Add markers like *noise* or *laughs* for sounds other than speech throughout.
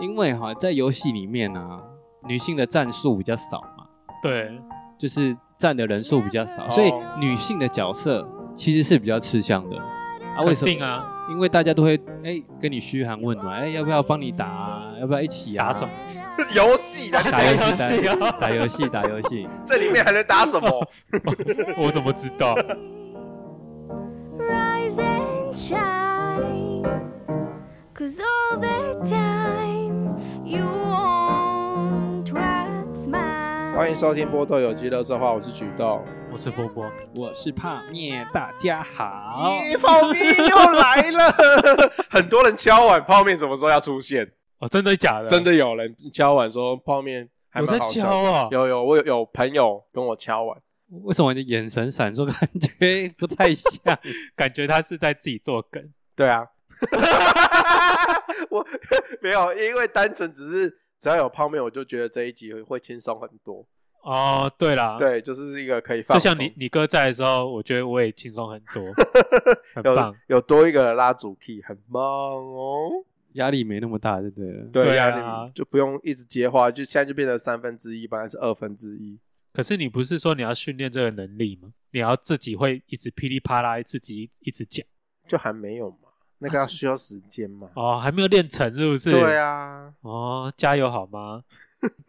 因为哈，在游戏里面呢、啊，女性的战术比较少嘛，对，就是占的人数比较少，所以哦女性的角色其实是比较吃香的啊。为肯什定么？啊，因为大家都会哎跟你嘘寒问暖，哎要不要帮你打、啊？要不要一起啊？打什么？游戏啦，打游戏，打游戏打啊打游戏，打游戏。这里面还能打什么？ *laughs* 我怎么知道？ rise and shine. Cause all the time you want what's mine. *laughs* 欢迎收听波豆有机乐色话，我是举豆。 *laughs* 我是波波，我是泡面，大家好。咦，泡面又来 *laughs* 了，很多人敲碗泡面什么时候要出现？哦，真的假的？真的有人敲碗说泡面还有在蛮好敲笑的，啊？有有我有有朋友跟我敲碗，为什么你的眼神闪烁，感觉 *laughs* 不太像？感觉他是在自己做梗。对啊， *laughs* 我没有，因为单纯只是只要有泡面，我就觉得这一集会轻松很多。哦，对啦，，对，就是一个可以放就松，像你你哥在的时候，我觉得我也轻松很 *laughs* 多，很有棒。有多一个拉主 key，很棒哦。压力没那么大，就对了。对啊呀，你就不用一直接话，就现在就变成三分之一，本来是二分之一。可是你不是说你要训练这个能力吗？你要自己会一直噼里啪啦，自己一直讲。就还没有嘛，那个要需要时间嘛。啊哦，还没有练成是不是？对。啊，哦，加油好吗？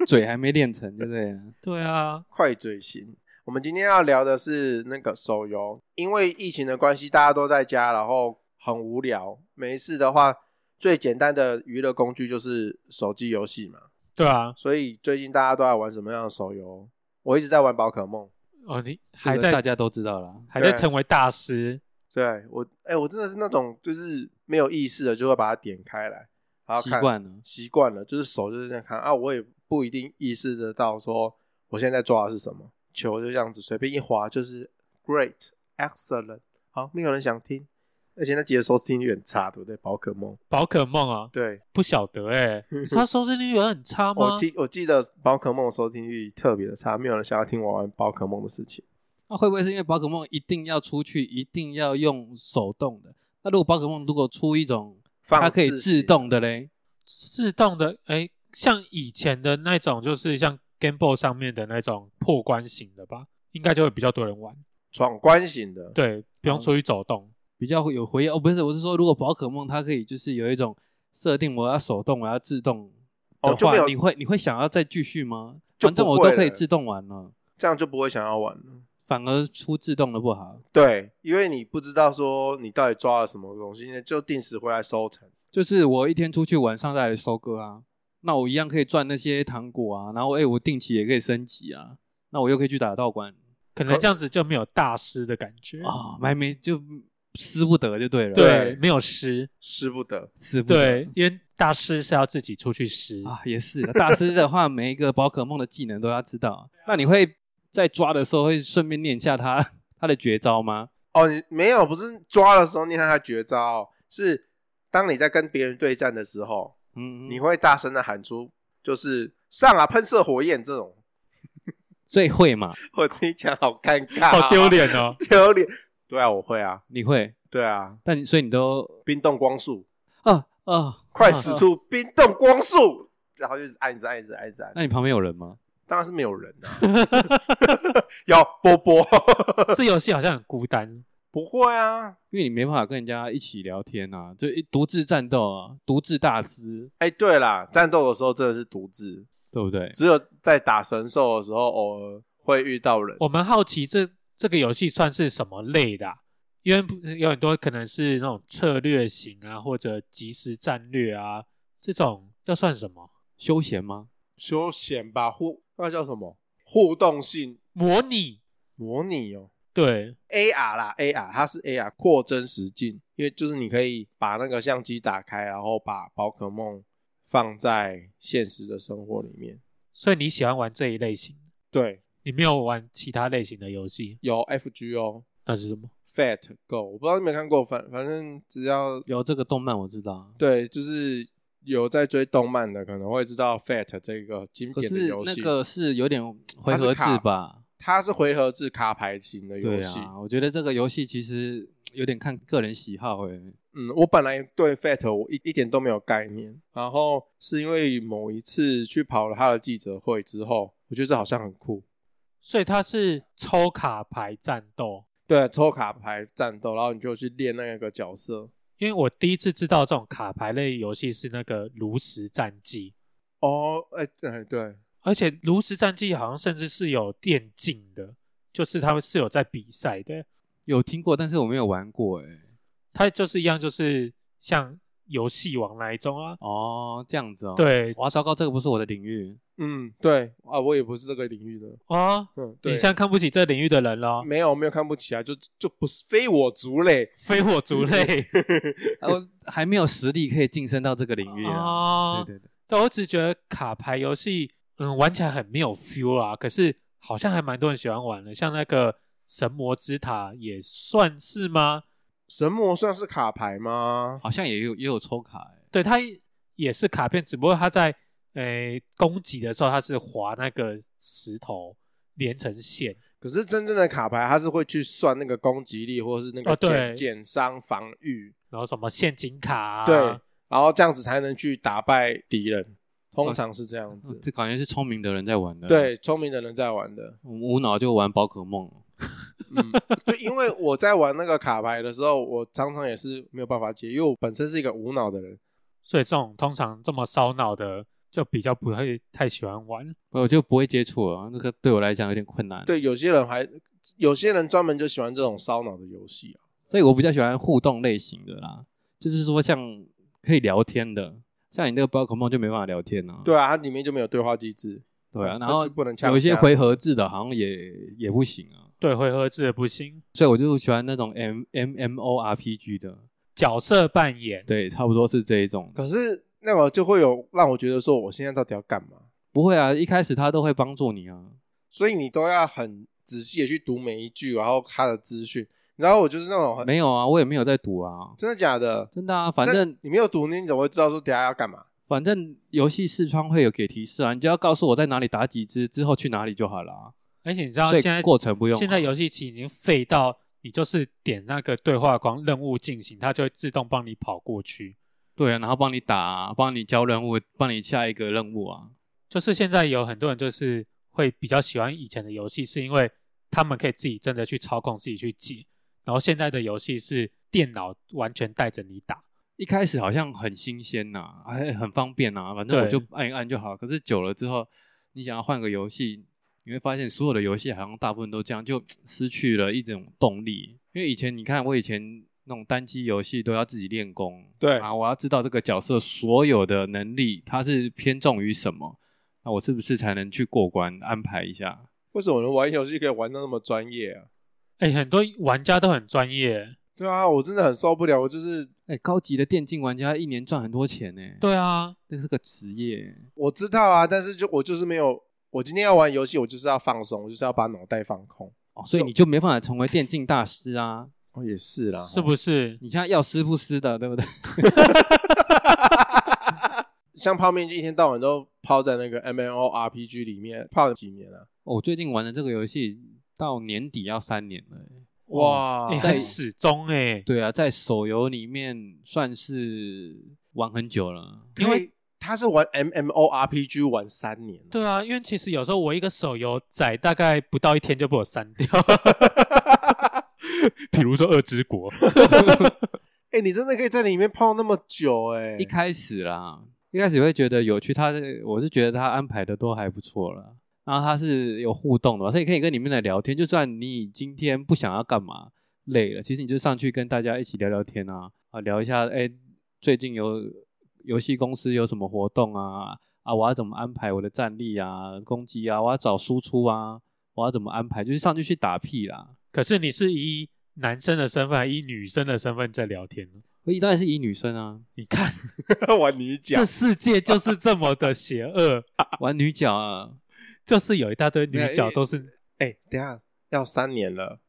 嘴还没练成，对不对了？对啊，快嘴型。我们今天要聊的是那个手游，因为疫情的关系，大家都在家，然后很无聊，没事的话，最简单的娱乐工具就是手机游戏嘛。对啊。所以最近大家都在玩什么样的手游？我一直在玩宝可梦，哦，你这还个在大家都知道啦。还在对成为大师，对我，哎、我真的是那种就是没有意识的就会把它点开来，然后习看惯了，习惯了，就是手就是这样看啊，我也不一定意识得到说我现在抓的是什么球，就这样子随便一滑就是 great excellent，好，没有人想听，而且那集的收听率很差，对不对？宝可梦，宝可梦啊，对不晓得哎、他收视率有很差吗我？记我记得宝可梦的收听率特别的差，没有人想要听我玩宝可梦的事情。那会不会是因为宝可梦一定要出去，一定要用手动的？那如果宝可梦如果出一种放它可以置自型动的嘞，自动的哎、像以前的那种，就是像 Game Boy 上面的那种破关型的吧，应该就会比较多人玩。闯关型的，对，不用出去走动。比较会有回哦，不是，我是说，如果宝可梦它可以就是有一种设定，我要手动，我要自动的哦就话，没有你会你会想要再继续吗？就反正不我会都可以了自动玩了，这样就不会想要玩了。反而出自动的不好。对，因为你不知道说你到底抓了什么东西，就定时回来收成。就是我一天出去晚上再来收割啊，那我一样可以赚那些糖果啊，然后哎、我定期也可以升级啊，那我又可以去打道馆可能这样子就没有大师的感觉。啊，还没就撕不得就对了，对，嗯对没有师，使不得，撕不得对，因为大师是要自己出去师。啊，也是啊大师的话，每一个宝可梦的技能都要知道 *laughs* 啊。那你会在抓的时候会顺便念一下他 *laughs* 他的绝招吗？哦，你没有，不是抓的时候念他的绝招，是当你在跟别人对战的时候，嗯，你会大声的喊出，就是上啊，喷射火焰这种。最会嘛？我自己讲好尴尬，好丢，脸哦！丢脸。对啊，我会啊，你会，对啊，但所以你都冰冻光束，啊啊，快死！使嗯出冰冻光束，然后就一直按，一直按，一直按，一直按哎那。你旁边有人吗？当然是没有人啊， *laughs* 有波波，这游戏好像很孤单，不会啊。因为你没办法跟人家一起聊天啊，就一独自战斗啊，独自大师，哎，对啦，战斗的时候真的是独自，对不对？只有在打神兽的时候，偶尔会遇到人。我蛮好奇这这个游戏算是什么类的啊、因为不有很多可能是那种策略型啊，或者即时战略啊，这种要算什么？休闲吗？休闲吧，互那叫什么互动性模拟模拟哦对，AR 啦，AR 它是 AR 扩增实境，因为就是你可以把那个相机打开，然后把宝可梦放在现实的生活里面。所以你喜欢玩这一类型，对，你没有玩其他类型的游戏，有 FG 哦那是什么？ ，Fat Go，我不知道你有没有看过，反反正只要有这个动漫我知道啊，对，就是有在追动漫的可能会知道 Fat 这个经可典的是游那戏。个是有点回合制它是吧？它是回合制卡牌型的游对啊戏，啊，我觉得这个游戏其实有点看个人喜好诶、嗯，我本来对 Fat 我一一点都没有概念，然后是因为某一次去跑了他的记者会之后，我觉得这好像很酷。所以它是抽卡牌战斗。对，抽卡牌战斗，然后你就去练那个角色。因为我第一次知道这种卡牌类游戏是那个炉石战记，哦，哎、哎，对，而且炉石战记好像甚至是有电竞的，就是它是有在比赛的，有听过，但是我没有玩过哎、它就是一样，就是像游戏王那一种啊。哦，这样子哦。，对哇，糟糕，这个不是我的领 *laughs* 域。嗯，对啊，我也不是这个领域的，啊，嗯，你对现，在看不起这领域的人了，嗯没有没有看不起啊，就就不是非我族类。非我族类啊我还没有实力可以晋升到这个领域啊。啊！ *laughs* 对对对，但我只觉得卡牌游戏，嗯，玩起来很没有 feel 啊。可是好像还蛮多人喜欢玩的，像那个神魔之塔也算是吗？神魔算是卡牌吗？好像也有也有抽卡哎、对，它也是卡片，只不过它在诶、攻击的时候，它是划那个石头连成线。可是真正的卡牌，它是会去算那个攻击力，或是那哦个对减减伤、防御，然后什么陷阱卡、啊，对，然后这样子才能去打败敌人。通常是这样子，这感觉是聪明的人在玩的。，嗯对，聪明的人在玩的。无脑就玩宝可梦。 *laughs* 嗯，对，因为我在玩那个卡牌的时候，我常常也是没有办法解，因为我本身是一个无脑的人。所以这种通常这么烧脑的，就比较不会太喜欢玩。我就不会接触了，那个对我来讲有点困难。，对，有些人还有些人专门就喜欢这种烧脑的游戏啊。所以我比较喜欢互动类型的啦，就是说像可以聊天的，像你那个宝可梦就没办法聊天啊。对啊，它里面就没有对话机制。对啊，它然后就不能呛有一些下回合制的，好像也也不行啊。对，回合制的不行，所以我就喜欢那种 M M M O R P G 的，角色扮演，对，差不多是这一种。可是那个就会有让我觉得说，我现在到底要干嘛？不会啊，一开始他都会帮助你啊。所以你都要很仔细的去读每一句，然后它的资讯。然后我就是那种很没有啊，我也没有在赌啊，真的假的，真的啊，反那正你没有读，你怎么会知道说等一下要干嘛？反正游戏视窗会有给提示啊，你只要告诉我在哪里打几只，之后去哪里就好了、而且你知啊。道所现以在过程不用啊、现在游戏机已经废到你就是点那个对话框任务进行，它就会自动帮你跑过去。对啊，然后帮你打、啊，帮你交任务，帮你下一个任务啊。就是现在有很多人就是会比较喜欢以前的游戏，是因为他们可以自己真的去操控自己去解，然后现在的游戏是电脑完全带着你打。一开始好像很新鲜呐、还很方便呐、反正对我就按一按就好。可是久了之后，你想要换个游戏，你会发现所有的游戏好像大部分都这样，就失去了一种动力。因为以前你看，我以前那种单机游戏都要自己练功，对啊，我要知道这个角色所有的能力，它是偏重于什么，那我是不是才能去过关安排一下？为什么人玩游戏可以玩到那么专业啊？哎，很多玩家都很专业。对啊，我真的很受不了，我就是哎、高级的电竞玩家一年赚很多钱呢、对啊，这是个职业。我知道啊，但是就我就是没有，我今天要玩游戏，我就是要放松，我就是要把脑袋放空。哦，所以就你就没办法成为电竞大师啊！哦，也是啦，是不是？你现在要师不师的，对不 *laughs* 对？像泡面就一天到晚都泡在那个 M M O R P G 里面泡了几年啊了、哦我最近玩的这个游戏到年底要三年了欸。哇哎，在很始终哎，对啊，在手游里面算是玩很久了。因为他是玩 M M O R P G 玩三年、对啊，因为其实有时候我一个手游载大概不到一天就被我删掉， *laughs* 比如说《二之国》，哎、你真的可以在里面泡那么久哎、一开始啦，一开始会觉得有趣，他我是觉得他安排的都还不错了。然后他是有互动的嘛，所以可以跟里面的聊天。就算你今天不想要干嘛，累了，其实你就上去跟大家一起聊聊天啊，啊，聊一下，哎，最近有游戏公司有什么活动啊？啊，我要怎么安排我的战力啊、攻击啊？我要找输出啊？我要怎么安排？就是上去去打屁啦。可是你是以男生的身份还是以女生的身份在聊天呢？我一当然是以女生啊，你看， *laughs* 玩女角这，世界就是这么的邪恶， *laughs* *laughs* 玩女角啊，就是有一大堆没女有角因都是，哎、等一下要三年了，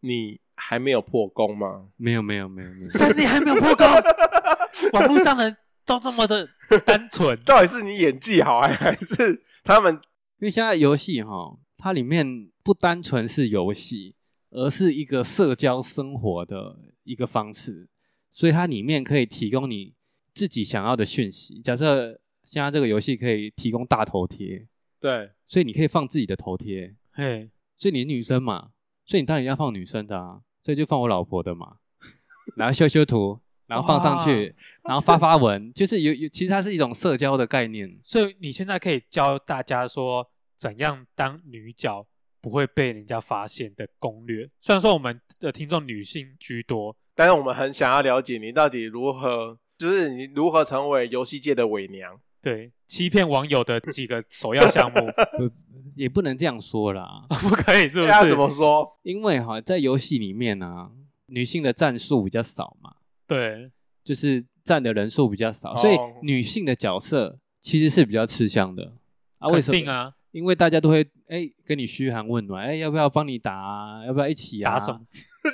你还没有破功吗？，没有没有没有没有三年还没有 *laughs* 破功，网络上人都这么的单纯到底是你演技好，还还是他们因为现在游戏哈，它里面不单纯是游戏，而是一个社交生活的一个方式。所以它里面可以提供你自己想要的讯息。假设现在这个游戏可以提供大头贴，对，所以你可以放自己的头贴。嘿，所以你是女生嘛，所以你当然要放女生的啊，所以就放我老婆的嘛，然后修修图，然后放上去，然后发发文，就是有有，其实它是一种社交的概念。所以你现在可以教大家说怎样当女角不会被人家发现的攻略。虽然说我们的听众女性居多，但是我们很想要了解你到底如何，就是你如何成为游戏界的伪娘。对欺骗网友的几个首要 *laughs* 项目也不能这样说啦，不可以，是不哎要是？啊怎么说？ *laughs* 因为哈，在游戏里面啊，女性的战术比较少嘛，对就是占的人数比较少，所以哦女性的角色其实是比较吃香的啊。为什肯定么？啊，因为大家都会哎、跟你嘘寒问暖，哎、要不要帮你打、啊？要不要一起啊？打什么？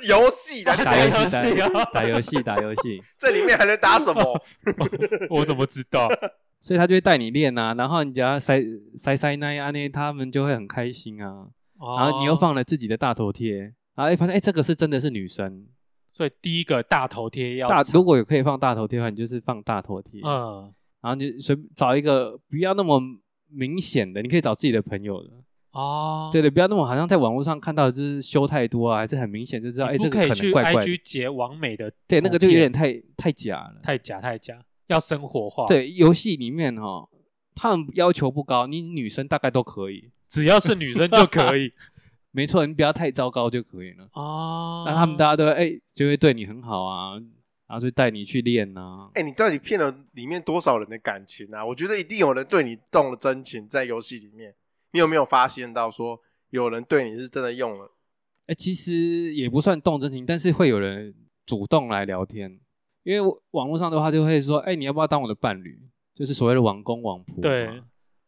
游戏啦，打游戏，打游戏啊打打游戏，打游戏。这里面还能打什么？ *laughs* 我怎么知 *laughs* 道？所以他就会带你练啊，然后你只要塞塞塞那啊那，他们就会很开心啊。然后你又哦，放了自己的大头贴，然后哎发现哎这个是真的是女生，所以第一个大头贴要大长如果有可以放大头贴的话，你就是放大头贴，嗯然后你就随找一个不要那么明显的，你可以找自己的朋友的，哦，对对，不要那么好像在网络上看到就是修太多啊，还是很明显就知道哎你这不个可以能去怪怪的 IG 截完美的图片，对那个就有点太太假了。太假太假，要生活化。，对游戏里面哈、他们要求不高，你女生大概都可以，只要是女生就 *laughs* 可以没错，你不要太糟糕就可以了。哦。那他们大家都会哎、就会对你很好啊，然后就带你去练啊。哎、你到底骗了里面多少人的感情啊？我觉得一定有人对你动了真情，在游戏里面，你有没有发现到说有人对你是真的用了？哎、其实也不算动真情，但是会有人主动来聊天，因为我网络上的话就会说，哎、你要不要当我的伴侣？就是所谓的网公网婆。对。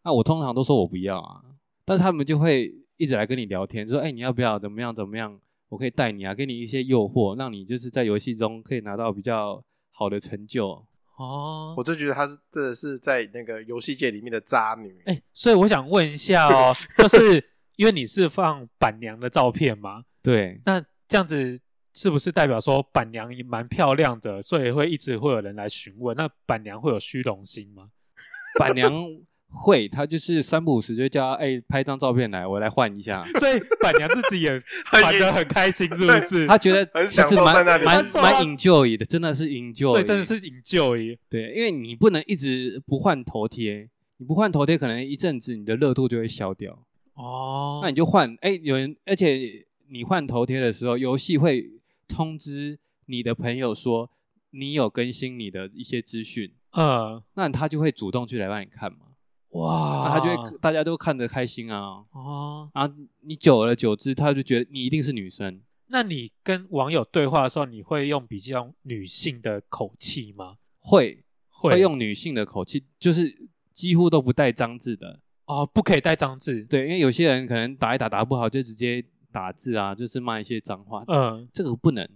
那我通常都说我不要啊，但是他们就会一直来跟你聊天，说，哎、你要不要？怎么样？怎么样？我可以带你啊，给你一些诱惑，让你就是在游戏中可以拿到比较好的成就。哦我，就觉得她是真的是在那个游戏界里面的渣女。哎、所以我想问一 *laughs* 下哦，就是因为你是放板娘的照片嘛，对，那这样子是不是代表说板娘也蛮漂亮的，所以会一直会有人来询问？那板娘会有虚荣心吗？板娘会，她就是三不五时就叫她哎、拍张照片来，我来换一下。所以板娘自己也玩哎得很开心，是不 *laughs* 是？她觉得很享就是受在蛮那里蛮她说蛮 enjoy 的，真的是 enjoy，所以真的是 enjoy 对，因为你不能一直不换头贴，你不换头贴，可能一阵子你的热度就会消掉，哦那你就换。哎、有人，而且你换头贴的时候，游戏会通知你的朋友说你有更新你的一些资讯，嗯，那他就会主动去来帮你看嘛，哇，那他就会大家都看着开心啊。哦。然后你久而久之，他就觉得你一定是女生。那你跟网友对话的时候，你会用比较女性的口气吗？会会用女性的口气，就是几乎都不带脏字的。哦，不可以带脏字。对，因为有些人可能打一打打不好，就直接打字啊，就是骂一些脏话，呃嗯，这个不能。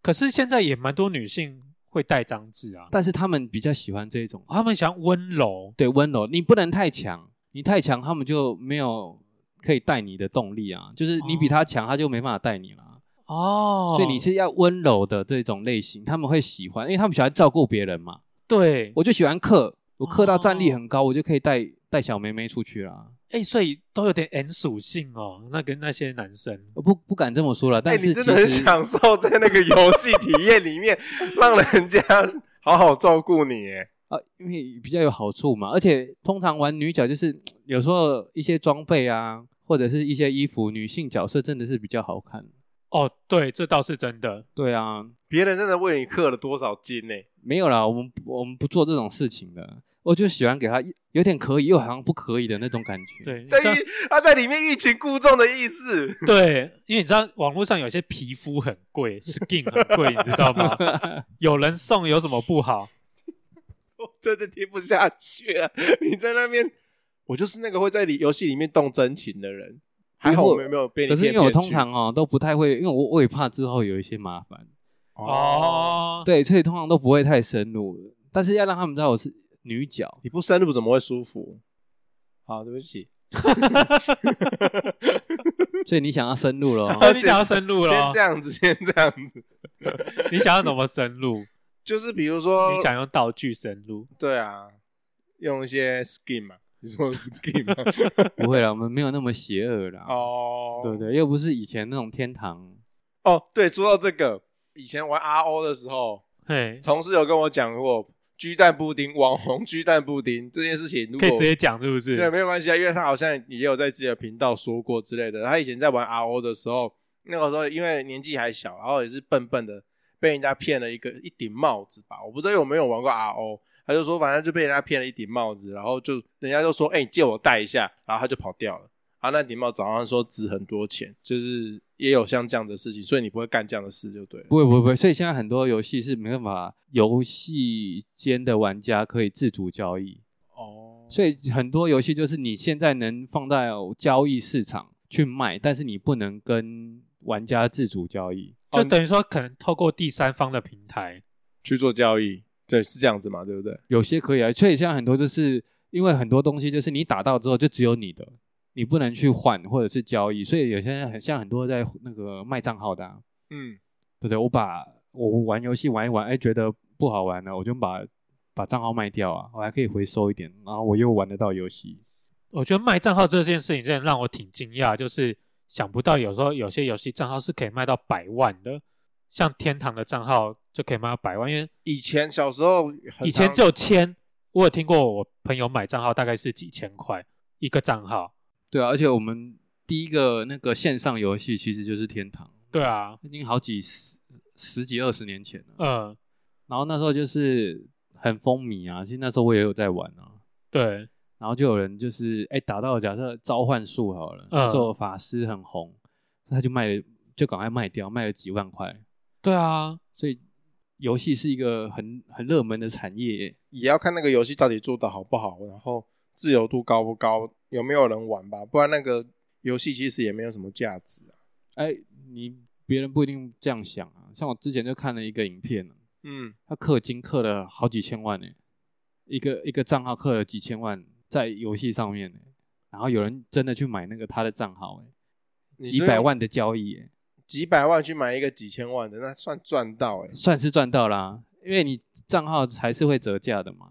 可是现在也蛮多女性会带脏字啊，但是他们比较喜欢这种，她们想温柔。对温柔，你不能太强，你太强他们就没有可以带你的动力啊，就是你哦比他强，他就没办法带你了啊。哦所以你是要温柔的这种类型，他们会喜欢，因为他们喜欢照顾别人嘛。对，我就喜欢克，我克到战力哦很高，我就可以带带小妹妹出去啦。哎，所以都有点 N 属性哦。那跟那些男生，我不不敢这么说了，哎、但是你其真实、的很享受在那个游戏体验 *laughs* 里面，让人家好好照顾你耶。啊，因为比较有好处嘛，而且通常玩女角就是嗯有时候一些装备啊，或者是一些衣服，女性角色真的是比较好看。哦，对，这倒是真的。对啊，别人真的为你氪了多少金呢？没有啦，我们我们不做这种事情的，我就喜欢给她一有点可以又好像不可以的那种感觉。，对，等像于他啊在里面欲擒故纵的意思。对，因为你知道网络上有些皮肤很贵，skin 很贵，你知道吗？ *laughs* 有人送有什么不好？我真的听不下去了。你在那边，我就是那个会在里游戏里面动真情的人。还好我们没有被你可是因骗为我骗去通常哦都不太会，因为我我也怕之后有一些麻烦。啊哦哦，对，所以通常都不会太深入，但是要让他们知道我是女角。 *laughs* 你不深入怎么会舒服？好，对不起，所以你想要深 *laughs* 入了，所以你想要深入先了这，样子，先这样子。 *laughs* 哦你想要怎么深入？就是比如说你，想用道具深入，对啊，用一些 scheme 嘛， *laughs* 你说 *laughs* scheme 嘛不会啦，我们没有那么邪恶啦。 *laughs* 哦，对不对？又不是以前那种天堂。哦，对，说到这个，以前玩 RO 的时候，嘿，同事有跟我讲过，鸡蛋布丁网红鸡蛋布丁这件事情，如可果以直接讲是不是？对，没有关系啊，因为他好像也有在自己的频道说过之类的。他以前在玩 RO 的时候，那个时候因为年纪还小，然后也是笨笨的，被人家骗了一个一顶帽子吧。我不知道有没有玩过 RO，他就说反正就被人家骗了一顶帽子，然后就人家就说：“哎、你借我戴一下。”然后他就跑掉了。啊，那顶帽早上说值很多钱，就是也有像这样的事情，所以你不会干这样的事就对了。不会不会不会，所以现在很多游戏是没办法，游戏间的玩家可以自主交易，哦，所以很多游戏就是你现在能放到交易市场去卖，但是你不能跟玩家自主交易。哦就等于说可能透过第三方的平台，去做交易，对，是这样子嘛，对不对？有些可以啊，所以现在很多就是因为很多东西就是你打到之后就只有你的，你不能去换或者是交易，所以有些人很像很多在那个卖账号的、啊，嗯，对不对？我把我玩游戏玩一玩，哎，觉得不好玩了，我就把把账号卖掉啊，我还可以回收一点，然后我又玩得到游戏。我觉得卖账号这件事情真的让我挺惊讶，就是想不到有时候有些游戏账号是可以卖到百万的，像天堂的账号就可以卖到百万，因为以前小时候很以前常只有千，我有听过我朋友买账号大概是几千块一个账号，对啊，而且我们第一个那个线上游戏其实就是天堂，对啊，已经好几十十几二十年前了。嗯，然后那时候就是很风靡啊，其实那时候我也有在玩啊。对，然后就有人就是哎打到假设召唤术好了，嗯那时候法师很红，他就卖了，就赶快卖掉，卖了几万块。对啊，所以游戏是一个很很热门的产业。也要看那个游戏到底做的好不好，然后自由度高不高，有没有人玩吧，不然那个游戏其实也没有什么价值啊。哎，你别人不一定这样想啊。像我之前就看了一个影片、啊，嗯，他氪金氪了好几千万呢、一个一个账号氪了几千万在游戏上面呢、然后有人真的去买那个他的账号、哎，你几说百万的交易、哎。几百万去买一个几千万的，那算赚到哎、算是赚到啦，因为你账号还是会折价的嘛，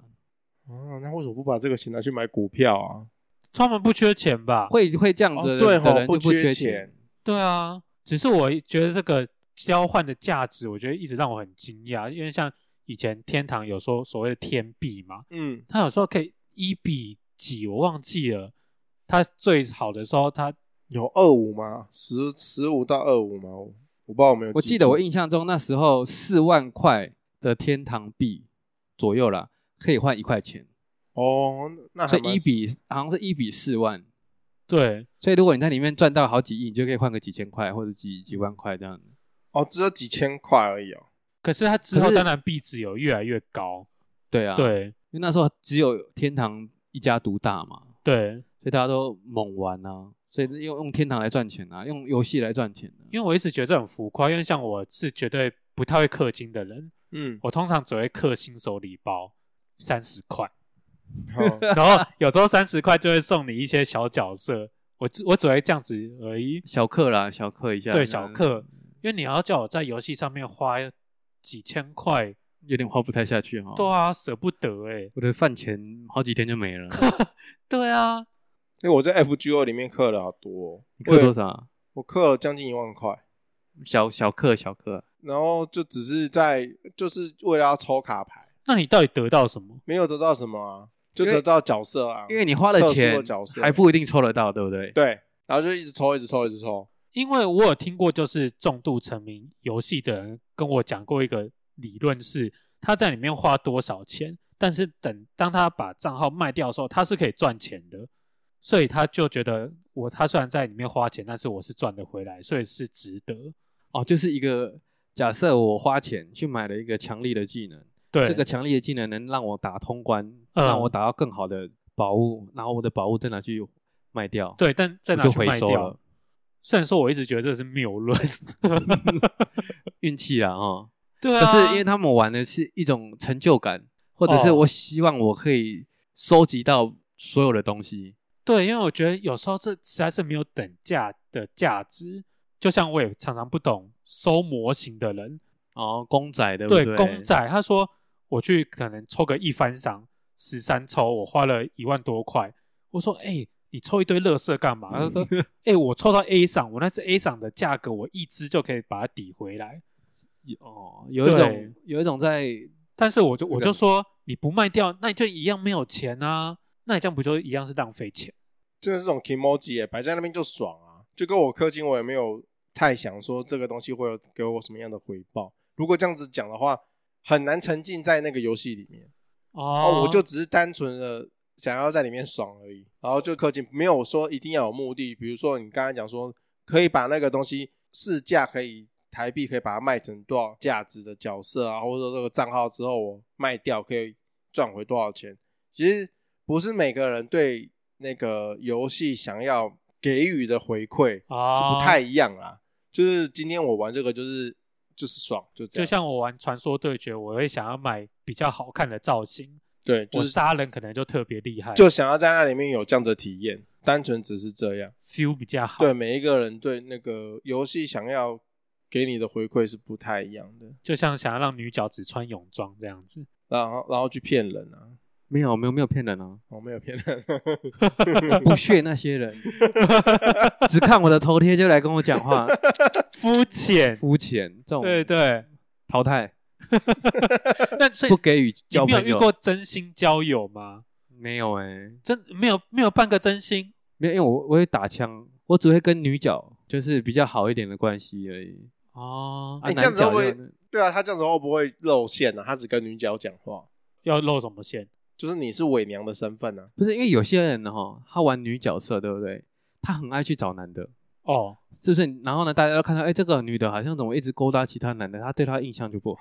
哦，那为什么不把这个钱拿去买股票啊？他们不缺钱吧？会会这样子哦的人、对的吼人就不缺缺钱。对啊，只是我觉得这个交换的价值，我觉得一直让我很惊讶，因为像以前天堂有说所谓的天币嘛，嗯，它有时候可以一比几，我忘记了，它最好的时候它有二五吗？十十五到二五吗？我我不知道有没有我呃记记得住我印象中那时候四万块的天堂币左右啦，可以换一块钱，哦，那还所蛮以一比好像是一比四万，对所以如果你在里面赚到好几亿，你就可以换个几千块或者几几万块这样子。哦，只有几千块而已哦。可是它之后可是当然币值有越来越高，对啊，，对因为那时候只有天堂一家独大嘛，对，所以大家都猛玩啊，所以用用天堂来赚钱啊，用游戏来赚钱啊的、因为我一直觉得这很浮夸，因为像我是绝对不太会氪金的人，嗯，我通常只会氪新手礼包三十 *laughs* 块，好，然后有时候三十块就会送你一些小角色，我只我只会这样子而已，小氪啦，小氪一下，对小氪，因为你要叫我在游戏上面花几千块，有点花不太下去哈、哦对啊，舍不得哎、我的饭钱好几天就 *laughs* 没了。对啊，因为我在 FGO 里面氪了好多、哦，你氪多少啊？我氪了将近一万块。小小氪小氪，然后就只是在就是为了要抽卡牌，那你到底得到什么？没有得到什么啊，就因为得到角色啊，因为你花了特殊钱的角色还不一定抽得到，对不对？对，然后就一直抽，一直抽，一直抽。因为我有听过，就是重度沉迷游戏的人跟我讲过一个理论是，他在里面花多少钱，但是等当他把账号卖掉的时候，他是可以赚钱的，所以他就觉得我他虽然在里面花钱，但是我是赚得回来，所以是值得。哦，就是一个假设我花钱去买了一个强力的技能，对，这个强力的技能能让我打通关，嗯让我打到更好的宝物，然后我的宝物再拿去卖掉，，对，但再拿就去回卖收掉了。，虽然说我一直觉得这是谬论， *laughs* 运气啦哦。对可啊，是因为他们玩的是一种成就感，或者是哦我希望我可以收集到所有的东西。对，因为我觉得有时候这实在是没有等价的价值。就像我也常常不懂收模型的人，哦，公仔对不对对，公仔，他说我去可能抽个一番赏十三抽，我花了一万多块。我说，哎、你抽一堆乐色干嘛？他啊嗯说，哎、我抽到 A 赏，我那只 A 赏的价格，我一支就可以把它抵回来。有哦，有一种对有一种在但是我就我就说，你不卖掉，那你就一样没有钱啊。那你这样不就一样是浪费钱？真的是这种 emoji 耶摆在那边就爽啊！就跟我氪金，我也没有太想说这个东西会有给我什么样的回报。如果这样子讲的话，很难沉浸在那个游戏里面。哦哦，我就只是单纯的想要在里面爽而已，然后就氪金，没有说一定要有目的。比如说你刚才讲说，可以把那个东西市价可以台币可以把它卖成多少价值的角色啊，或者说这个账号之后我卖掉可以赚回多少钱。其实不是每个人对那个游戏想要给予的回馈啊，是不太一样啦。就是今天我玩这个就是就是爽，就这就样。像我玩传说对决，我会想要买比较好看的造型，对，我就是杀人可能就特别厉害，就想要在那里面有这样的体验，单纯只是这样。 feel 比较好。对每一个人对那个游戏想要给你的回馈是不太一样的，就像想要让女角只穿泳装这样子。然后然后去骗人啊，没有没有没有骗人啊，我、没有骗人， *laughs* 不屑那些人， *laughs* 只看我的头贴就来跟我讲 *laughs* 话，肤浅，肤浅这种对对。淘汰，那所以不给予你交没有朋遇友。过真心交友吗？没有哎、真没有没有半个真心没有，因为我我会打枪，我只会跟女角就是比较好一点的关系而已。哦，啊，哎你这样男子角会不会就对啊，他这样子会不会露馅啊？他只跟女角讲话，要露什么线？就是你是伪娘的身份啊， *laughs* 不是因为有些人哈，他玩女角色对不对？他很爱去找男的，哦，就是然后呢，大家都看到哎、这个女的好像怎么一直勾搭其他男的，他对她印象就不好。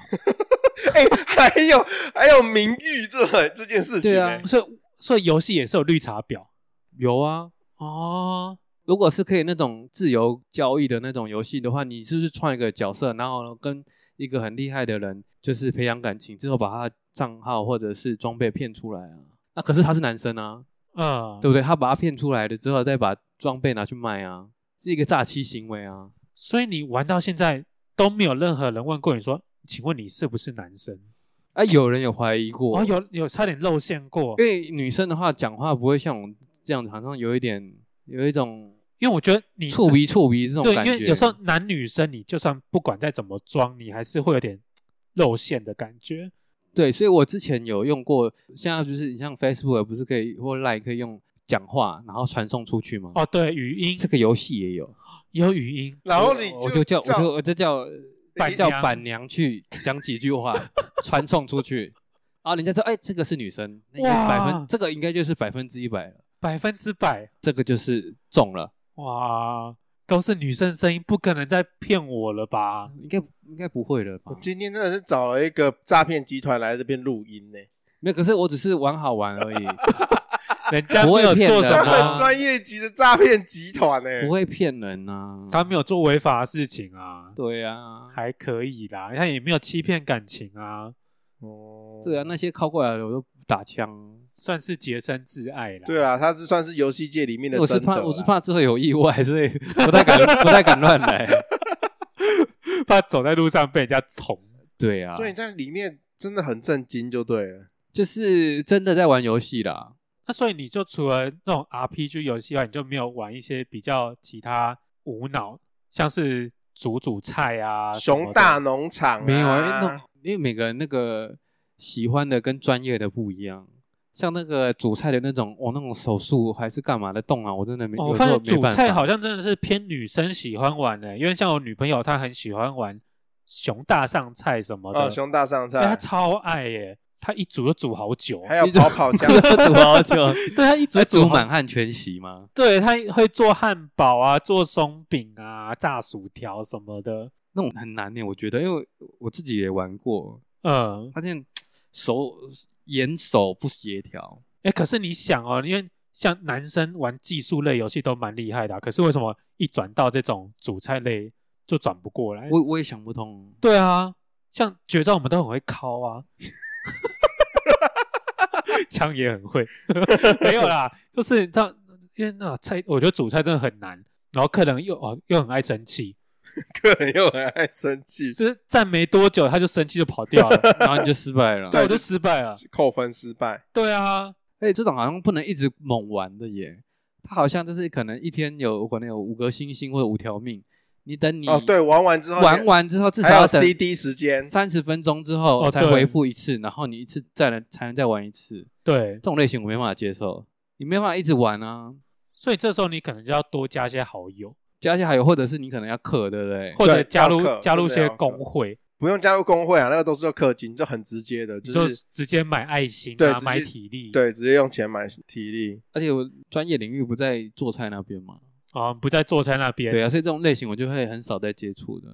哎、还有还有名誉这这件事情、对欸，啊所以所以游戏也是有绿茶婊有啊，哦，如果是可以那种自由交易的那种游戏的话，你是不是创一个角色，然后跟一个很厉害的人就是培养感情，之后把他的账号或者是装备骗出来啊？那可是他是男生啊，嗯，对不对？他把他骗出来了之后，再把装备拿去卖啊，是一个诈欺行为啊。所以你玩到现在都没有任何人问过你说，请问你是不是男生？啊，有人有怀疑过，哦，有有差点露馅过因，为女生的话讲话不会像我们这样子，好像有一点有一种因为我觉得你触鼻触鼻这种对，感因觉。为有时候男女生你就算不管再怎么装，你还是会有点露馅的感嗯觉。对，所以我之前有用过，现在就是你像 Facebook 不是可以或 Line 可以用讲话，然后传送出去吗？哦，对，语音这个游戏也有，有语音，然后你我就叫我就我就叫板叫娘板娘去讲几句话，传送出去。啊，人家说，哎，这个是女生，那应该百分哇这个应该就是百分之一百了，百分之百，这个就是中了，哇，都是女生声音，不可能再骗我了吧？应该应该不会了吧我？今天真的是找了一个诈骗集团来这边录音欸呢、没有，可是我只是玩好玩 *laughs* 而已，人家不没会有骗做人什他啊很么， *laughs* 专业级的诈骗集团欸呢、不会骗人呐、他没有做违法的事情啊，对啊，还可以啦，他也没有欺骗感情啊，哦对啊，那些靠过来的我都不打枪。算是洁身自爱啦。对啦，啊他是算是游戏界里面的我是真的怕啦我是怕之后有意外，所以不太敢不太敢乱来。 *laughs* 怕走在路上被人家捅。对啊，对，，在里面真的很震惊，就对了。就是真的在玩游戏啦。那所以你就除了那种 RPG 游戏外，你就没有玩一些比较其他无脑，像是煮煮菜啊、什么熊的大农场、没有啊，因为那啊种，因为每个人那个喜欢的跟专业的不一样。像那个煮菜的那种，哦，那种手速还是干嘛的动啊，我真的没。哦我有时发候现没煮办菜法 *laughs* 好像真的是偏女生喜欢玩欸的、因为像我女朋友她很喜欢玩熊大上菜什么的，哦，熊大哎上她菜，超爱耶、她一煮就煮好久，还有 *laughs* 跑跑江，煮好久， *laughs* 对她一煮在就煮好满，汉全席吗？对她会做汉堡啊、做松饼啊、炸薯条什么的，那种很难呢，欸我觉得，因为我自己也玩过，嗯，发现手眼手不协调，哎，可是你想哦，因为像男生玩技术类游戏都蛮厉害的啊、可是为什么一转到这种主菜类就转不过来？我我也想不通。对啊，像绝招我们都很会敲 *laughs* 啊，枪也很会， *laughs* 没有啦，就是他因为那菜，我觉得主菜真的很难，然后客人又哦又很爱生气，客人又很爱生 *laughs* 气，是站没多久他就生气就跑掉 *laughs* 了，然后你就失败了。对，我就失败了。扣分失败。对啊，而且这种好像不能一直猛玩的耶，它好像就是可能一天有可能有五个星星或者五条命，你等你哦，对，玩完之后玩完之后至少还有要等 CD 时间，三十分钟之后哦才对回复一次，然后你一次再能才能再玩一次，对这，种类型我没办法接受，你没办法一直玩啊。所以这时候你可能就要多加些好友，加一些好友，或者是你可能要氪，对不对？或者加要入氪加入真的些要氪工会，不用加入工会啊，那个都是要氪金，就很直接的，你就就是直接买爱心对啊直，接买体力，对，直接用钱买体力。而且我专业领域不在做菜那边嘛，啊，不在坐在那边。对啊，所以这种类型我就会很少在接触的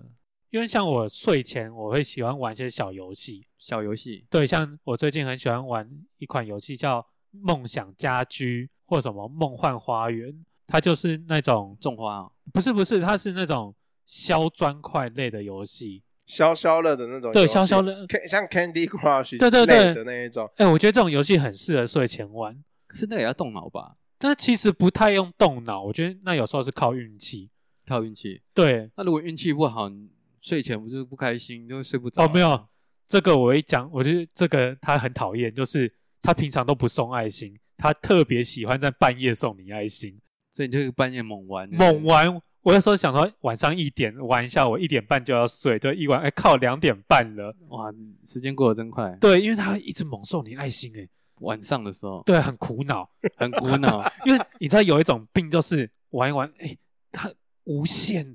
因为像我睡前我会喜欢玩一些小游戏，小游戏。对，像我最近很喜欢玩一款游戏叫《梦想家居》或什么《梦幻花园》，它就是那种种花、哦，不是不是，它是那种削砖块类的游戏。消消乐的那种游戏，对，消消乐， Can- 像 Candy Crush 对对对类的那一种，哎、我觉得这种游戏很适合睡前玩，可是那个也要动脑吧，但其实不太用动脑，我觉得那有时候是靠运气。靠运气。对，那如果运气不好，你睡前不是不开心，就会睡不着。啊哦，没有，这个我一讲，我就这个他很讨厌，就是他平常都不送爱心，他特别喜欢在半夜送你爱心，所以你就半夜猛玩。嗯猛玩。我有时候想说晚上一点玩一下，我一点半就要睡，就一玩，哎靠，两点半了。嗯哇，时间过得真快。对，因为他一直猛送你爱心、哎，晚上的时 *laughs* 候对，很苦恼，很苦恼，因为你知道有一种病就是玩一玩，哎，他无限，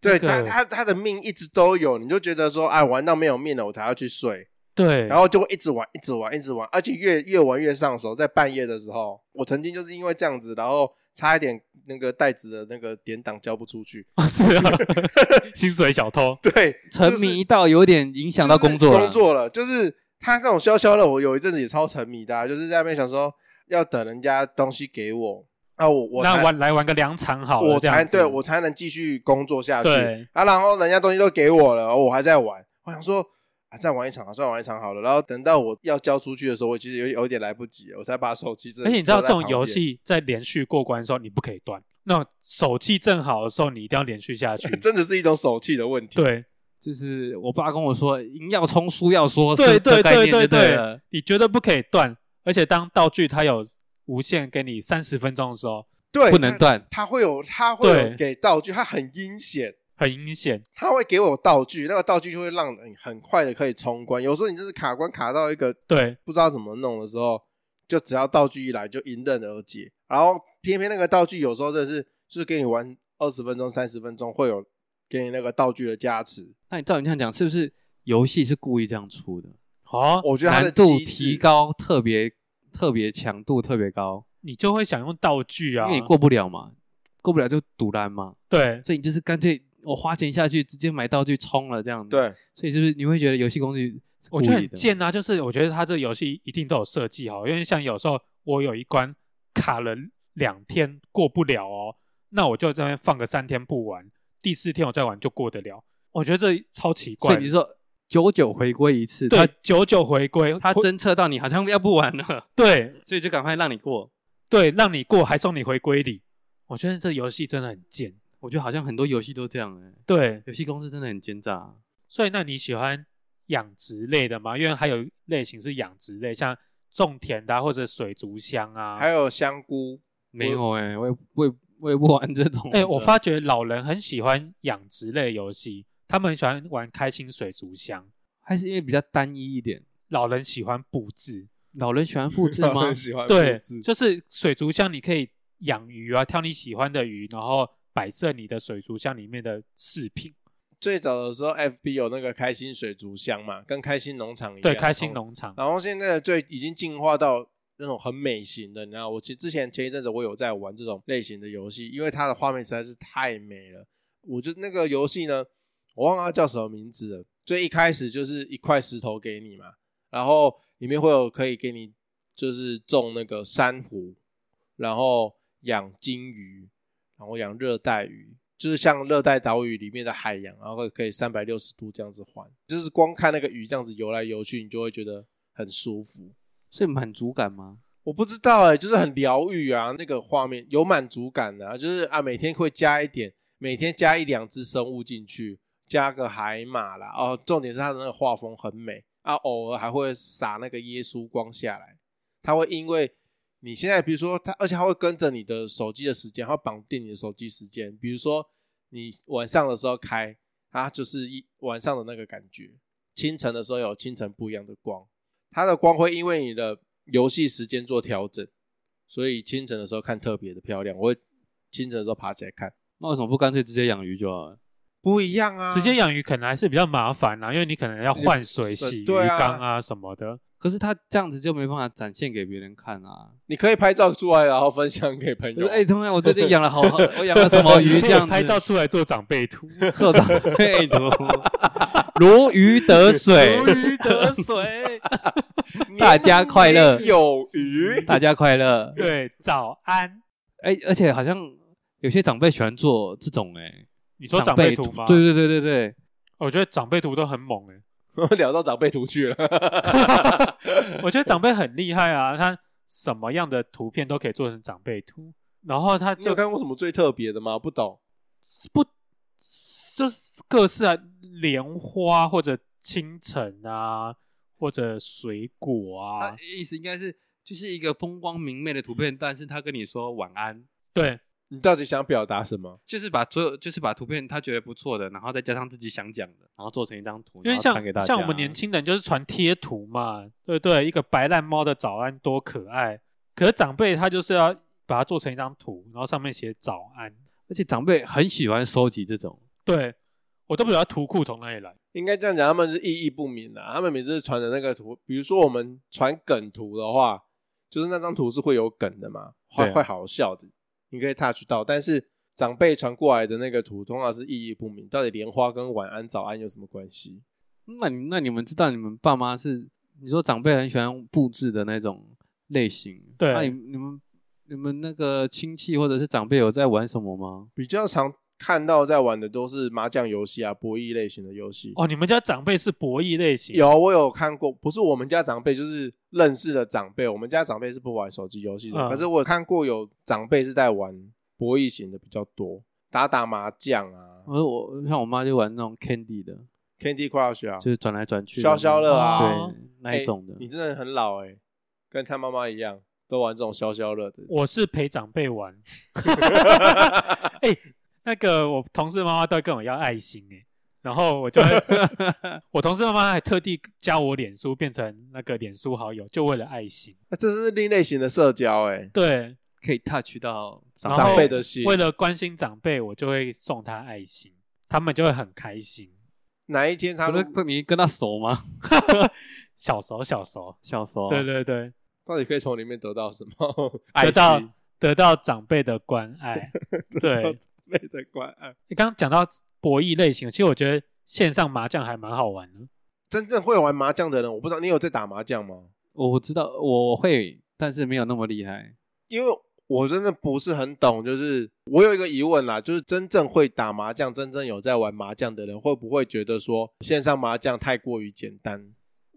对那他个他他的命一直都有，你就觉得说，哎，玩到没有命了，我才要去睡，对，然后就会一直玩，一直玩，一直玩，而且越越玩越上手。在半夜的时候，我曾经就是因为这样子，然后差一点那个袋子的那个典档交不出去， *laughs* *laughs* 是啊，薪水小偷，对，沉迷到有点影响到工作就是了。工作了，就是他这种消消乐，我有一阵子也超沉迷的啊、就是在那边想说要等人家东西给我，啊，我我才那玩来玩个两场好了，我这样才子对我才能继续工作下去对啊。然后人家东西都给我了，我还在玩，我想说啊，再玩一场，再玩一场好了。然后等到我要交出去的时候，我其实有有一点来不及了，我才把手机真的而且你知道丢这在种旁边。游，戏在连续过关的时候你不可以断，那种手气正好的时候你一定要连续下 *laughs* 去真的是一种手气的问题。对就是我爸跟我说，赢要冲，输要说，对哦是这对个概念对就对对了对，你绝对不可以断。而且当道具它有无限给你三十分钟的时候，对，不能他，断。他会有他会有对给道具，他很阴险。很阴险。他会给我道具，那个道具就会让你很快的可以冲关。有时候你就是卡关卡到一个对不知道怎么弄的时候，就只要道具一来就迎刃而解。然后偏偏那个道具有时候真的是就是给你玩二十分钟、三十分钟，会有给你那个道具的加持。那你照你这样讲，是不是游戏是故意这样出的？哦，我觉得它的难度机制提，高特别特别强度特别高，你就会想用道具因啊，为你过不了嘛，过不了就堵拦嘛，对所以你就是干脆我花钱下去直接买道具充了这样子。，对所以就是你会觉得游戏工具是我故意觉的，得很贱啊，就是我觉得他这个游戏一定都有设计好，因为像有时候我有一关卡了两天过不了哦，那我就在那边放个三天不玩，第四天我再玩就过得了。我觉得这超奇怪所的，以你说久久回归一次，对他久久回归，他回侦测到你好像要不玩了，对所以就赶快让你过。对让你过还送你回归礼，我觉得这游戏真的很贱。我觉得好像很多游戏都这样哎、对，游戏公司真的很奸诈、所以那你喜欢养殖类的吗？因为还有类型是养殖类，像种田的、啊、或者水族箱啊，还有香菇，没有哎、我也我也我也不玩这种。哎、我发觉老人很喜欢养殖类游戏，他们很喜欢玩开心水族箱。还是因为比较单一一点，老人喜欢布置，老人喜欢复制吗很？ *laughs* 喜欢对复制，就是水族箱你可以养鱼啊，挑你喜欢的鱼，然后摆设你的水族箱里面的饰品。最早的时候，FB 有那个开心水族箱嘛，跟开心农场一样。对，开心农场。啊然后现在的最已经进化到那种很美型的，你知道，我其实之前前一阵子我有在玩这种类型的游戏，因为它的画面实在是太美了。我就那个游戏呢，我忘了啊它叫什么名字了。最一开始就是一块石头给你嘛，然后里面会有可以给你就是种那个珊瑚，然后养金鱼，然后养热带鱼，就是像热带岛屿里面的海洋，然后可以三百六十度这样子环，就是光看那个鱼这样子游来游去，你就会觉得很舒服。所以满足感吗？我不知欸道哎、就是很疗愈啊，那个画面有满足感的、啊，就是啊每天会加一点每天加一两只生物进去，加个海马啦。哦，重点是它的那个画风很美啊，偶尔还会撒那个耶稣光下来。它会因为你现在，比如说它，而且它会跟着你的手机的时间，它会绑定你的手机时间。比如说你晚上的时候开，它就是一晚上的那个感觉；清晨的时候有清晨不一样的光，它的光会因为你的游戏时间做调整。所以清晨的时候看特别的漂亮，我会清晨的时候爬起来看，那为什么不干脆直接养鱼就好了？不一样啊，直接养鱼可能还是比较麻烦啦、因为你可能要换水、洗鱼对啊缸啊什么的。可是他这样子就没办法展现给别人看啊！你可以拍照出来，然后分享给朋就是友。哎，同学，我最 *laughs* 近养了好，我 *laughs* 养了什么鱼？这样子拍照出来做长辈图，做 *laughs* 长辈图，如鱼得水如，鱼得水。大家快乐年年有余，大家快乐。 *laughs* 对，早安。哎，而且好像有些长辈喜欢做这种哎，你说长辈辈图吗？对，对对对对，我觉得长辈图都很猛诶、 *laughs* 聊到长辈图去了。 *laughs* 我觉得长辈很厉害啊，他什么样的图片都可以做成长辈图，然后他你有就看过什么最特别的吗？不懂，不就是各式啊，莲花或者清晨啊，或者水果他啊，意思应该是就是一个风光明媚的图片，但是他跟你说晚安，对你到底想表达什么？就是把所有就是把图片他觉得不错的，然后再加上自己想讲的，然后做成一张图，因为然后像传给大家像我们年轻人就是传贴图嘛，对不对？一个白烂猫的早安多可爱，可是长辈他就是要把它做成一张图，然后上面写早安。而且长辈很喜欢收集这种，对我都不知道图库从哪里来，应该这样讲，他们是意义不明的。他们每次传的那个图，比如说我们传梗图的话，就是那张图是会有梗的嘛，会、对啊会好笑的，你可以 touch 到。但是长辈传过来的那个图，通常是意义不明。到底莲花跟晚安、早安有什么关系？那你那你们知道你们爸妈是你说长辈很喜欢布置的那种类型，对那你你们你们那个亲戚或者是长辈有在玩什么吗？比较常看到在玩的都是麻将游戏啊、博弈类型的游戏。哦，你们家长辈是博弈类型，有，我有看过，不是我们家长辈，就是认识的长辈。我们家长辈是不玩手机游戏的，嗯可是我有看过有长辈是在玩博弈型的比较多，打打麻将啊、我我像我妈就玩那种 Candy 的， Candy Crush 啊就，是转来转去的那消种，消乐啊，哦对那一哎种的。你真的很老哎、跟他妈妈一样，都玩这种消消乐的。我是陪长辈 *laughs* 玩。哎、那个我同事妈妈都会跟我要爱心 *laughs* 哎、然后我就会我同事妈妈还特地加我脸书变成那个脸书好友，就为了爱心。那这是另类型的社交哎、对，可以 touch 到然长后辈的心为了关心长辈，我就会送他爱心，他们就会很开心。哪一天他可们是你跟他熟吗？ *laughs* 小熟小熟，小熟哦啊，对对对，到底可以从里面得到什么？得爱心到得到长辈的关爱。 *laughs* 得对，到长辈的关爱。你刚刚讲到博弈类型，其实我觉得线上麻将还蛮好玩的。真正会玩麻将的人，我不知道你有在打麻将吗？我知道我会，但是没有那么厉害。因为我真的不是很懂，就是我有一个疑问啦，就是真正会打麻将、真正有在玩麻将的人，会不会觉得说线上麻将太过于简单，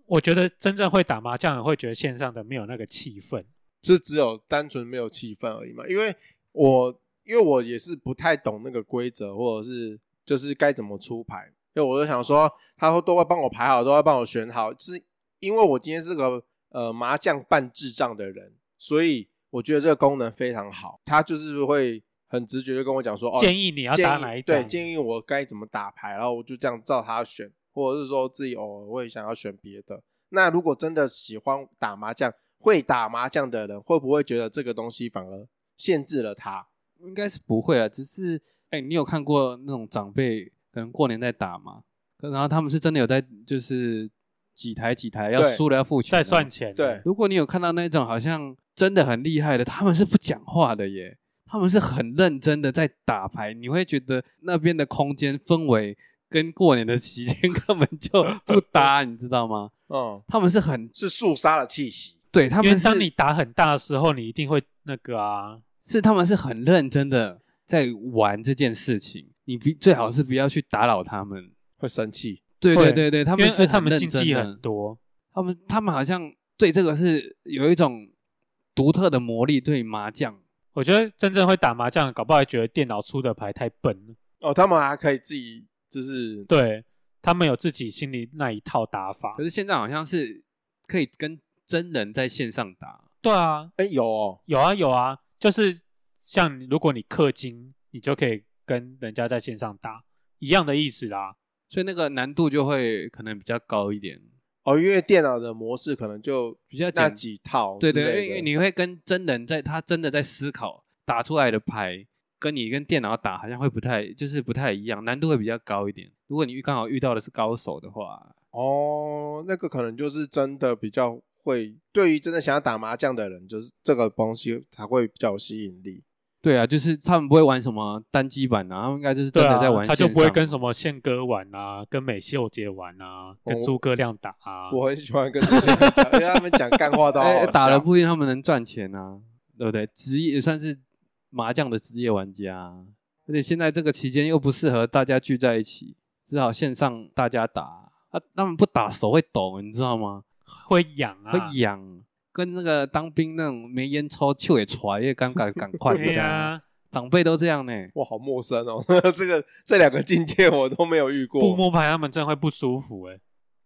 我觉得真正会打麻将的会觉得线上的没有那个气氛。就是只有单纯没有气氛而已嘛？因为我因为我也是不太懂那个规则，或者是就是该怎么出牌，因为我就想说，他都会帮我排好，都会帮我选好，是因为我今天是个呃麻将半智障的人，所以我觉得这个功能非常好，他就是会。很直觉就跟我讲说，哦，建议你要建打议哪一对，张？建议我该怎么打牌，然后我就这样照他选，或者是说自己偶尔会想要选别的。那如果真的喜欢打麻将，会打麻将的人，会不会觉得这个东西反而限制了他？应该是不会了，只是哎、你有看过那种长辈可能过年在打吗？可然后他们是真的有在，就是几台几台要对输了要付钱，再算。钱。对，如果你有看到那种好像真的很厉害的，他们是不讲话的耶，他们是很认真的在打牌，你会觉得那边的空间氛围跟过年的 *laughs* 期间根本就不搭，你知道吗？嗯，他们是很是肃杀的气息。对，他因们为是当你打很大的时候，你一定会那个啊，是他们是很认真的在玩这件事情，你不最好是不要去打扰他们。会生气，对会对对对，他们因为是他很们认竞真的技很，多。他们他们好像对这个是有一种独特的魔力，对麻将。我觉得真正会打麻将，搞不好还觉得电脑出的牌太笨了。哦，他们还可以自己就是对他们有自己心里那一套打法可。是现在好像是可以跟真人在线上打，对啊，哎有哦，有啊有啊，就是像如果你氪金，你就可以跟人家在线上打一样的意思啦。所以那个难度就会可能比较高一点，哦，因为电脑的模式可能就比较那简几哦套之对类对，因的，为因为你会跟真人在他真的在思考打出来的牌，跟你跟电脑打好像会不太，就是不太一样，难度会比较高一点。如果你遇刚好遇到的是高手的话，哦，那个可能就是真的比较会，对于真的想要打麻将的人，就是这个东西才会比较有吸引力。对啊，就是他们不会玩什么单机版啊，他们应该就是真对的啊在玩、，他就不会跟什。么宪哥玩啊，跟美秀姐玩啊，跟我诸葛亮打啊。我很喜欢跟这些人讲，因为他们讲干话都好 *laughs* 哎、好打了笑不一定他们能赚钱啊，对不对？职业也算是麻将的职业玩家啊，而且现在这个期间又不适合大家聚在一起，只好线上大家打啊。他们不打手会抖，你知道吗？会痒啊，会痒，跟那个当兵那种没烟抽，气也喘，也尴 *laughs* 尬，赶快。对呀、长辈都这样呢。哇，好陌生哦！ *laughs* 这个这两个境界我都没有遇不过。摸牌他们真的会不舒服哎、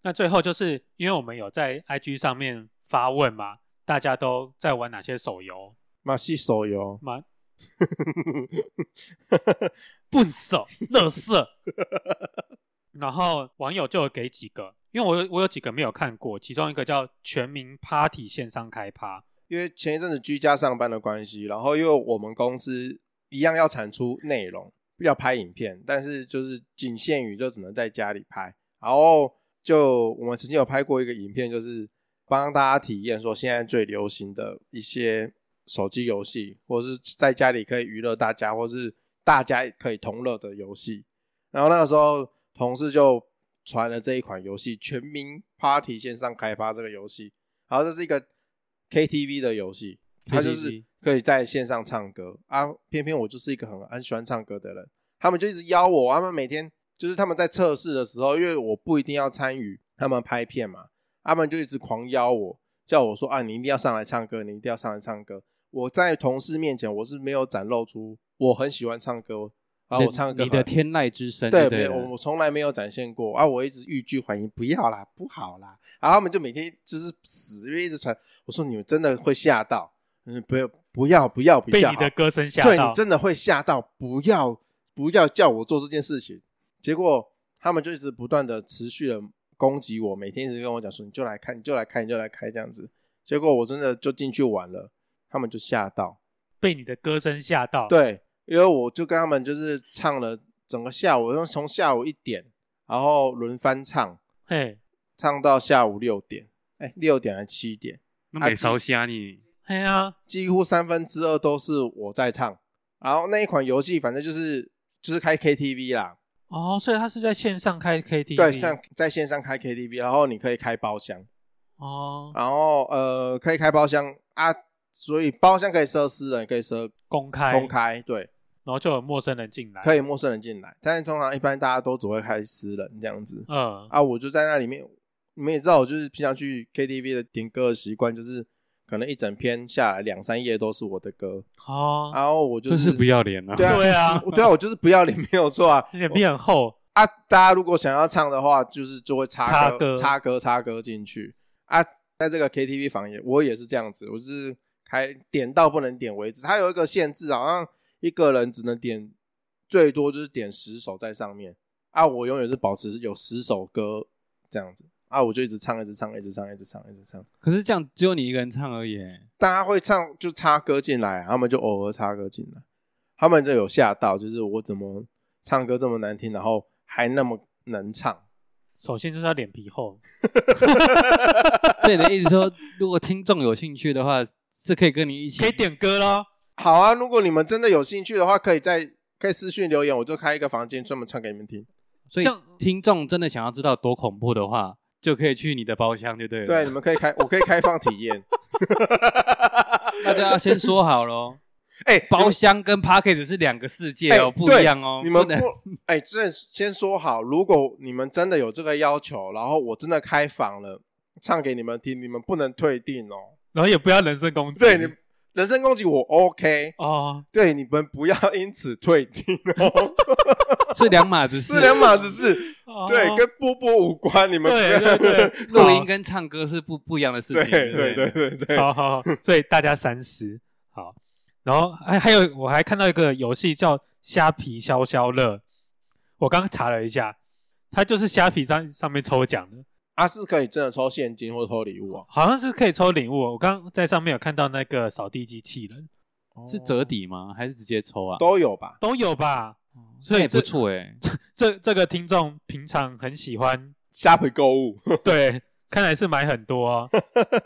那最后就是因为我们有在 IG 上面发问嘛，大家都在玩哪些手游？马戏手游，嘛，笨手、乐色。然后网友就有给几个，因为我有我有几个没有看过，其中一个叫“全民 Party 线上开趴因为前一阵子居家上班的关系，然后因为我们公司一样要产出内容，要拍影片，但是就是仅限于就只能在家里拍。然后就我们曾经有拍过一个影片，就是帮大家体验说现在最流行的一些手机游戏，或是在家里可以娱乐大家，或是大家可以同乐的游戏。然后那个时候同事就传了这一款游戏《全民 Party 线上开发》这个游戏，然后这是一个 KTV 的游戏，它就是 KTV 可以在线上唱歌啊。偏偏我就是一个很很喜欢唱歌的人，他们就一直邀我，他们每天就是他们在测试的时候，因为我不一定要参与他们拍片嘛，他们就一直狂邀我，叫我说啊，你一定要上来唱歌，你一定要上来唱歌。我在同事面前，我是没有展露出我很喜欢唱歌，然后我唱歌你的很天籁之声，对，没对有，了我我从来没有展现过啊！我一直欲拒还迎，不要啦，不好啦。然后他们就每天就是死，因为一直传。我说你们真的会吓到，嗯，不要，不要，不要，”，比被较你好的歌声吓对到你。真的会吓到，不要，不要叫我做这件事情。结果他们就一直不断的持续的攻击我，每天一直跟我讲说你就来看，你就来看，你就来看这样子。结果我真的就进去玩了，他们就吓到，被你的歌声吓到。，对，因为我就跟他们就是唱了整个下午，然后从下午一点，然后轮番唱，嘿，唱到下午六点，哎，六点还七点，那啊没烧虾你。嘿啊，几乎三分之二都是我在唱。然后那一款游戏，反正就是就是开 KTV 啦，哦，所以他是在线上开 KTV，对，上在线上开 KTV，然后你可以开包厢，哦，然后呃可以开包厢啊，所以包厢可以设私人，也可以设公开公，开，对，然后就有陌生人进来。可以陌生人进来，但是通常一般大家都只会开私人这样子。嗯，啊，我就在那里面，你们也知道，我就是平常去 KTV 的点歌的习惯，就是可能一整篇下来两三页都是我的歌，哦，然后我就真是是不要脸啊！对啊，对啊我对啊，我就是不要脸，没有错啊脸皮很厚，啊！大家如果想要唱的话，就是就会插插歌、歌插歌、插歌进去啊。在这个 KTV 房也，我也是这样子，我是开点到不能点为止，它有一个限制，好像一个人只能点最多就是点十首在上面啊。我永远是保持有十首歌这样子啊，我就一直唱，一直唱，一直唱，一直唱，一直唱。可是这样只有你一个人唱而已欸，大家会唱就插歌进来，他们就偶尔插歌进来，他们就有吓到，就是我怎么唱歌这么难听，然后还那么能唱。首先就是要脸皮厚。所以你的意思 *laughs* 说，如果听众有兴趣的话，是可以跟你一起可以点歌咯。好啊，如果你们真的有兴趣的话，可以在可以私信留言，我就开一个房间专门唱给你们听。所以这样听众真的想要知道多恐怖的话，就可以去你的包厢，就对啊了。对，啊你，们可以开， *laughs* 我可以开放体验。大家要先说好 *laughs* 喽。哎、包厢跟 p a c k a g e 是两个世界哎哦，不对一样哦。你们不能不哎，这先说好，如果你们真的有这个要求，然后我真的开房了，唱给你们听，你们不能退订哦。然后也不要人身攻击。对，你人身攻击我 OK，哦，对你们不要因此退订哦，是两码 *laughs* 子事这。两码子事， *laughs* 哦对，跟波波无关，你们不 *laughs* 对要。对对， *laughs* 录音跟唱歌是不不一样的事对情。对不对对 *laughs* 对，好好好，所以大家三思。好，然后还还有我还看到一个游戏叫《虾皮消消乐》，我刚查了一下，它就是虾皮上上面抽奖的，啊是可以真的抽现金或抽礼物啊，好像是可以抽礼物。我刚在上面有看到那个扫地机器人是折抵吗？还是直接抽啊？都有吧？都有吧？那所以也不这错 *laughs* 哎。这这个听众平常很喜欢，虾皮购物，对，看来是买很多、哦。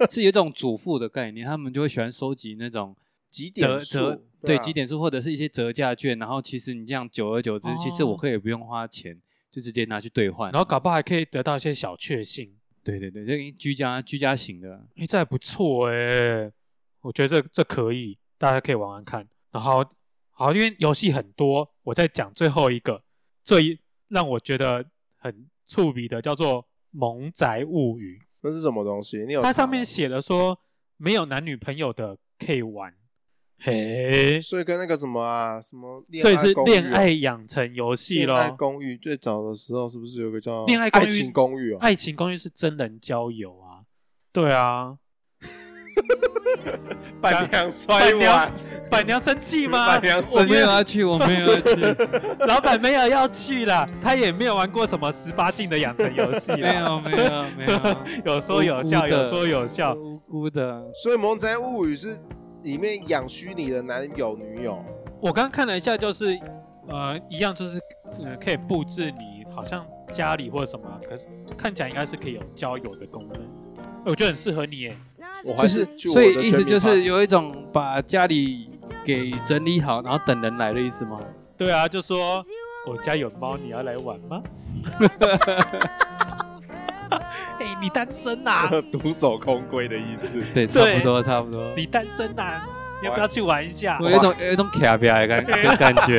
是有一种主妇的概念，他们就会喜欢收集那种几点折数折？对啊几？点数或者是一些折价券，然后其实你这样久而久之，其实哦我可以不用花钱，就直接拿去兑换，然后搞不好还可以得到一些小确幸。对对对，就居家居家型的，哎，这还不错哎、我觉得这这可以，大家可以玩玩看。然后，好，因为游戏很多，我再讲最后一个，最让我觉得很触笔的叫做《萌宅物语那是什么东西？你》，有它查上吗面写了说没有男女朋友的可以玩，嘿，所以跟那个什么啊，什么恋所以是公寓啊恋爱养成游戏恋爱咯。公寓最早的时候是不是有个叫恋爱公寓爱情公寓哦？爱情公寓是真人交友啊，对啊，伴娘摔板碗娘，板娘生气 *laughs* 吗？伴娘我生没气有要啊去，我没有要 *laughs* 去， *laughs* 老板没有要去啦，他也没有玩过什么十八禁的养成游戏没啦，有没有没 *laughs* 有，有说有无笑，辜的有说有笑，无辜的，所以《萌宅物语》是里面养虚拟的男友女友，我刚刚看了一下，就是呃，一样就是呃，可以布置你好像家里或者什么，可是看起来应该是可以有交友的功能，哎我觉得很适合你耶。我还就是是去我所以的意思全民就 party 是有一种把家里给整理好，然后等人来的意思吗？对啊，就说我家有猫，你要来玩 *laughs* 吗？哎、你单身啊呐、 *laughs* 独守空闺的 *laughs* 意思。对，差对不多差不多。你啊单身呐、你要不要去玩一下？我有一种有一种卡比的感就感觉，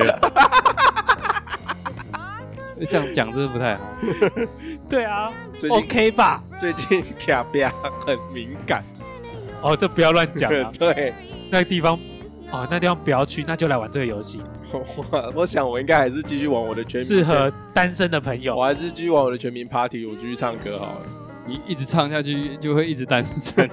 这样讲真的不太好。对啊最近，OK 吧？最近啪啪很敏感，。哦，这不要乱讲啊 *laughs* *laughs* 对，那个地方，哦，那地方不要去，那就来玩这个游戏，我我想我应该还是继续玩我的全民，适合单身的朋我友。还是继续玩我的全民 party，我继续唱歌好了。你一直唱下去就会一直单身。